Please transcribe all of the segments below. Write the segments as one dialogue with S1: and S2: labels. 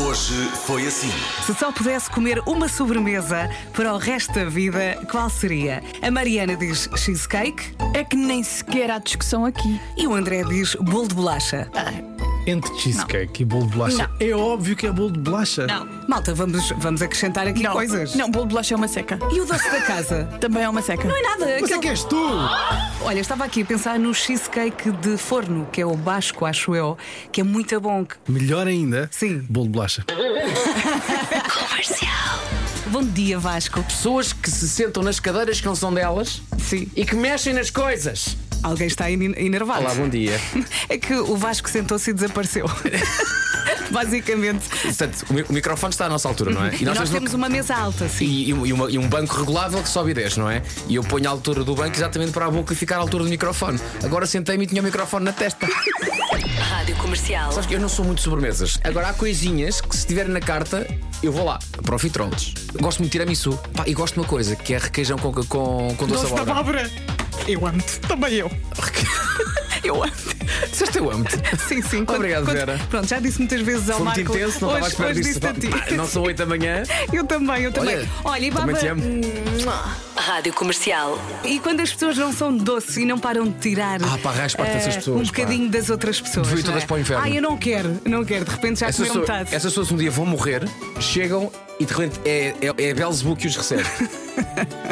S1: Hoje foi assim.
S2: Se só pudesse comer uma sobremesa para o resto da vida, qual seria? A Mariana diz cheesecake
S3: É que nem sequer há discussão aqui.
S2: e o André diz bolo de bolacha.
S4: Entre cheesecake e bolo de bolacha.
S3: Não.
S4: É óbvio que é bolo de bolacha.
S2: Malta, vamos, vamos acrescentar aqui
S3: Não.
S2: coisas.
S3: Não, bolo de bolacha é uma seca.
S2: E o doce da casa?
S3: Também é uma seca.
S2: Não é nada.
S4: Mas é
S2: aquele-
S4: que és tu!
S2: Olha, estava aqui a pensar no cheesecake de forno, que é o basco, acho eu, que é muito bom.
S4: Melhor ainda,
S2: Sim.
S4: bolo de bolacha.
S2: Bom dia, Vasco.
S5: pessoas que se sentam nas cadeiras que não são delas
S2: Sim.
S5: e que mexem nas coisas.
S2: Alguém está en- enervado.
S5: Olá, bom dia.
S2: É que o Vasco sentou-se e desapareceu. Basicamente.
S5: Portanto, o mi- o microfone está à nossa altura, não é?
S2: E nós, temos uma mesa alta, sim.
S5: E, e um- e uma- e um banco regulável que sobe e desce, não é? E eu ponho a altura do banco exatamente para a boca e ficar à altura do microfone. Agora sentei-me e tinha o microfone na testa.
S6: Rádio Comercial.
S5: Sabes que eu não sou muito de sobremesas. Agora há coisinhas que se estiverem na carta, eu vou lá. Profiteroles. Gosto muito de tiramisu. Pá, e gosto de uma coisa, que é requeijão com, com, com doce, de abóbora.
S3: Eu amo-te. Também eu.
S2: Eu amo.
S5: Disseste eu amo-te.
S2: Sim, sim.
S5: Obrigado, Vera.
S2: Pronto, já disse muitas vezes ao
S5: Sou muito
S2: Marco.
S5: intenso, não estava à
S2: hoje
S5: espera
S2: hoje
S5: disso.
S2: disse a ti.
S5: Pá, Não são oito da manhã.
S2: Eu também, eu também.
S5: Olha,
S2: Olha, e
S5: também
S2: baba-
S5: te amo.
S6: Rádio Comercial.
S2: E quando as pessoas não são doces e não param de tirar
S5: Ah, pá, raspa-te
S2: eh,
S5: essas pessoas,
S2: um
S5: pá.
S2: bocadinho das outras pessoas.
S5: Devia
S2: não
S5: todas
S2: é?
S5: para o inferno.
S2: Ah, eu não quero, não quero. De repente já
S5: Essas
S2: comeram
S5: pessoas,
S2: metade.
S5: essas pessoas um dia vão morrer, chegam e de repente é, é, é Belzebu que os recebe.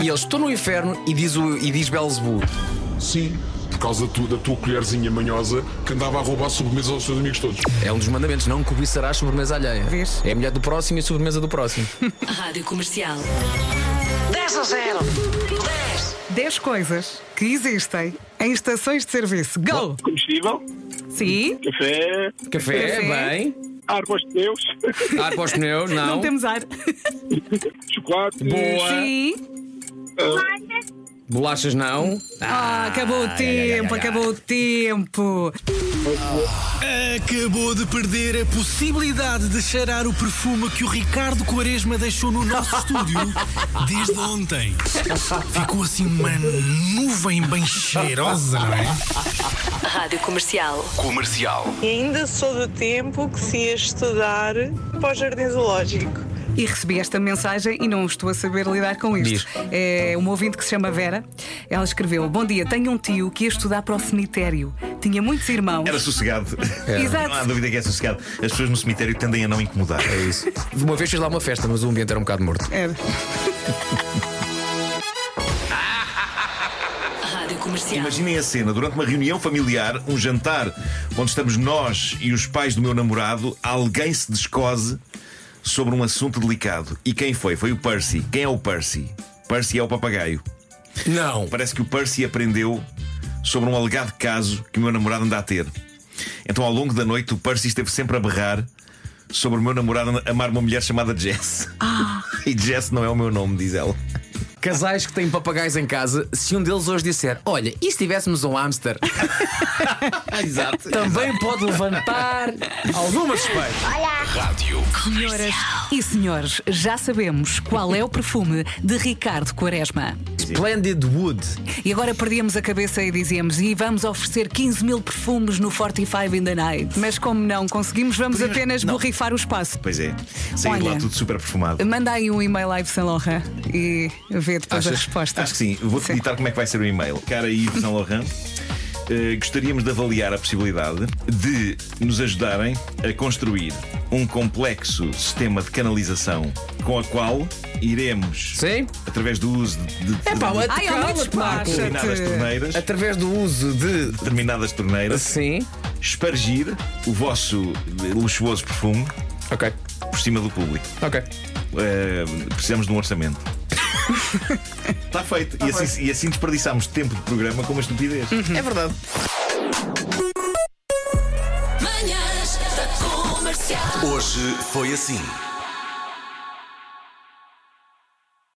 S5: e eles estão no inferno e diz, o- e diz Belzebu.
S7: Sim, por causa tu- da tua colherzinha manhosa que andava a roubar sobremesas aos teus amigos todos.
S5: É um dos mandamentos, não cobiçarás sobremesa alheia.
S2: Vês?
S5: É a mulher do próximo e a sobremesa do próximo.
S6: Rádio Comercial.
S2: 10 coisas que existem em estações de serviço. Go!
S8: combustível,
S2: Sim?
S8: café,
S5: Café,
S2: Café.
S5: bem.
S8: ar para os pneus,
S5: Ar para os pneus, não.
S2: Não temos ar.
S8: chocolate,
S5: Boa.
S2: Sim.
S5: Bolachas, não.
S2: Ah, acabou o tempo, acabou o tempo.
S9: Acabou de perder a possibilidade de cheirar o perfume que o Ricardo Quaresma deixou no nosso estúdio desde ontem. Ficou assim uma nuvem bem cheirosa, não é?
S6: Rádio Comercial.
S1: Comercial.
S10: E ainda sou do tempo que se ia estudar para o Jardim Zoológico.
S2: E recebi esta mensagem e não estou a saber lidar com isto. É uma ouvinte que se chama Vera. Ela escreveu: Bom dia, tenho um tio que ia estudar para o cemitério. Tinha muitos irmãos.
S11: Era sossegado.
S2: Exato.
S11: Não há dúvida que é sossegado. As pessoas no cemitério tendem a não incomodar.
S5: É isso. De uma vez fiz lá uma festa, mas o ambiente era um bocado morto.
S2: Era.
S6: Rádio Comercial.
S11: Imaginem a É cena, durante uma reunião familiar, um jantar, onde estamos nós e os pais do meu namorado, alguém se descose sobre um assunto delicado. E quem foi? Foi o Percy. Quem é o Percy? Percy é o papagaio.
S5: Não.
S11: Parece que o Percy aprendeu sobre um alegado caso que o meu namorado anda a ter. Então, ao longo da noite, o Percy esteve sempre a berrar sobre o meu namorado amar uma mulher chamada Jess. E Jess não é o meu nome, diz ela.
S5: Casais que têm papagaios em casa, se um deles hoje disser, olha, e se tivéssemos um hamster?
S11: Exato.
S5: Também pode levantar alguma suspeita.
S2: Senhoras e senhores, já sabemos qual é o perfume de Ricardo Quaresma.
S5: Splendid Wood.
S2: E agora perdíamos a cabeça e dizíamos: e vamos oferecer 15 mil perfumes no 45 in the Night. Mas como não conseguimos, vamos apenas borrifar o espaço.
S11: Pois é, saí de
S2: Olha.
S11: lá tudo super perfumado.
S2: Manda aí um e-mail à Yves Saint Laurent e vê depois a
S5: Achas?
S2: resposta.
S11: Acho que sim, vou-te
S2: Sim.
S11: ditar como é que vai ser o e-mail. Cara Yves Saint Laurent, eh, gostaríamos de avaliar a possibilidade de nos ajudarem a construir um complexo sistema de canalização com a qual iremos,
S5: Sim?
S11: através do uso de, de-
S5: Epá,
S11: de
S2: Ai, ao menos
S5: Cala-te, Marco.
S2: baixa-te.
S11: determinadas torneiras,
S5: Através do uso de.
S11: determinadas torneiras,
S5: Sim.
S11: espargir o vosso eh, luxuoso perfume
S5: Ok,
S11: por cima do público.
S5: ok.
S11: Eh, precisamos de um orçamento. Está feito. e, assim, e assim desperdiçámos tempo de programa com uma estupidez.
S5: É verdade.
S6: Manhãs da Comercial.
S1: Hoje foi assim.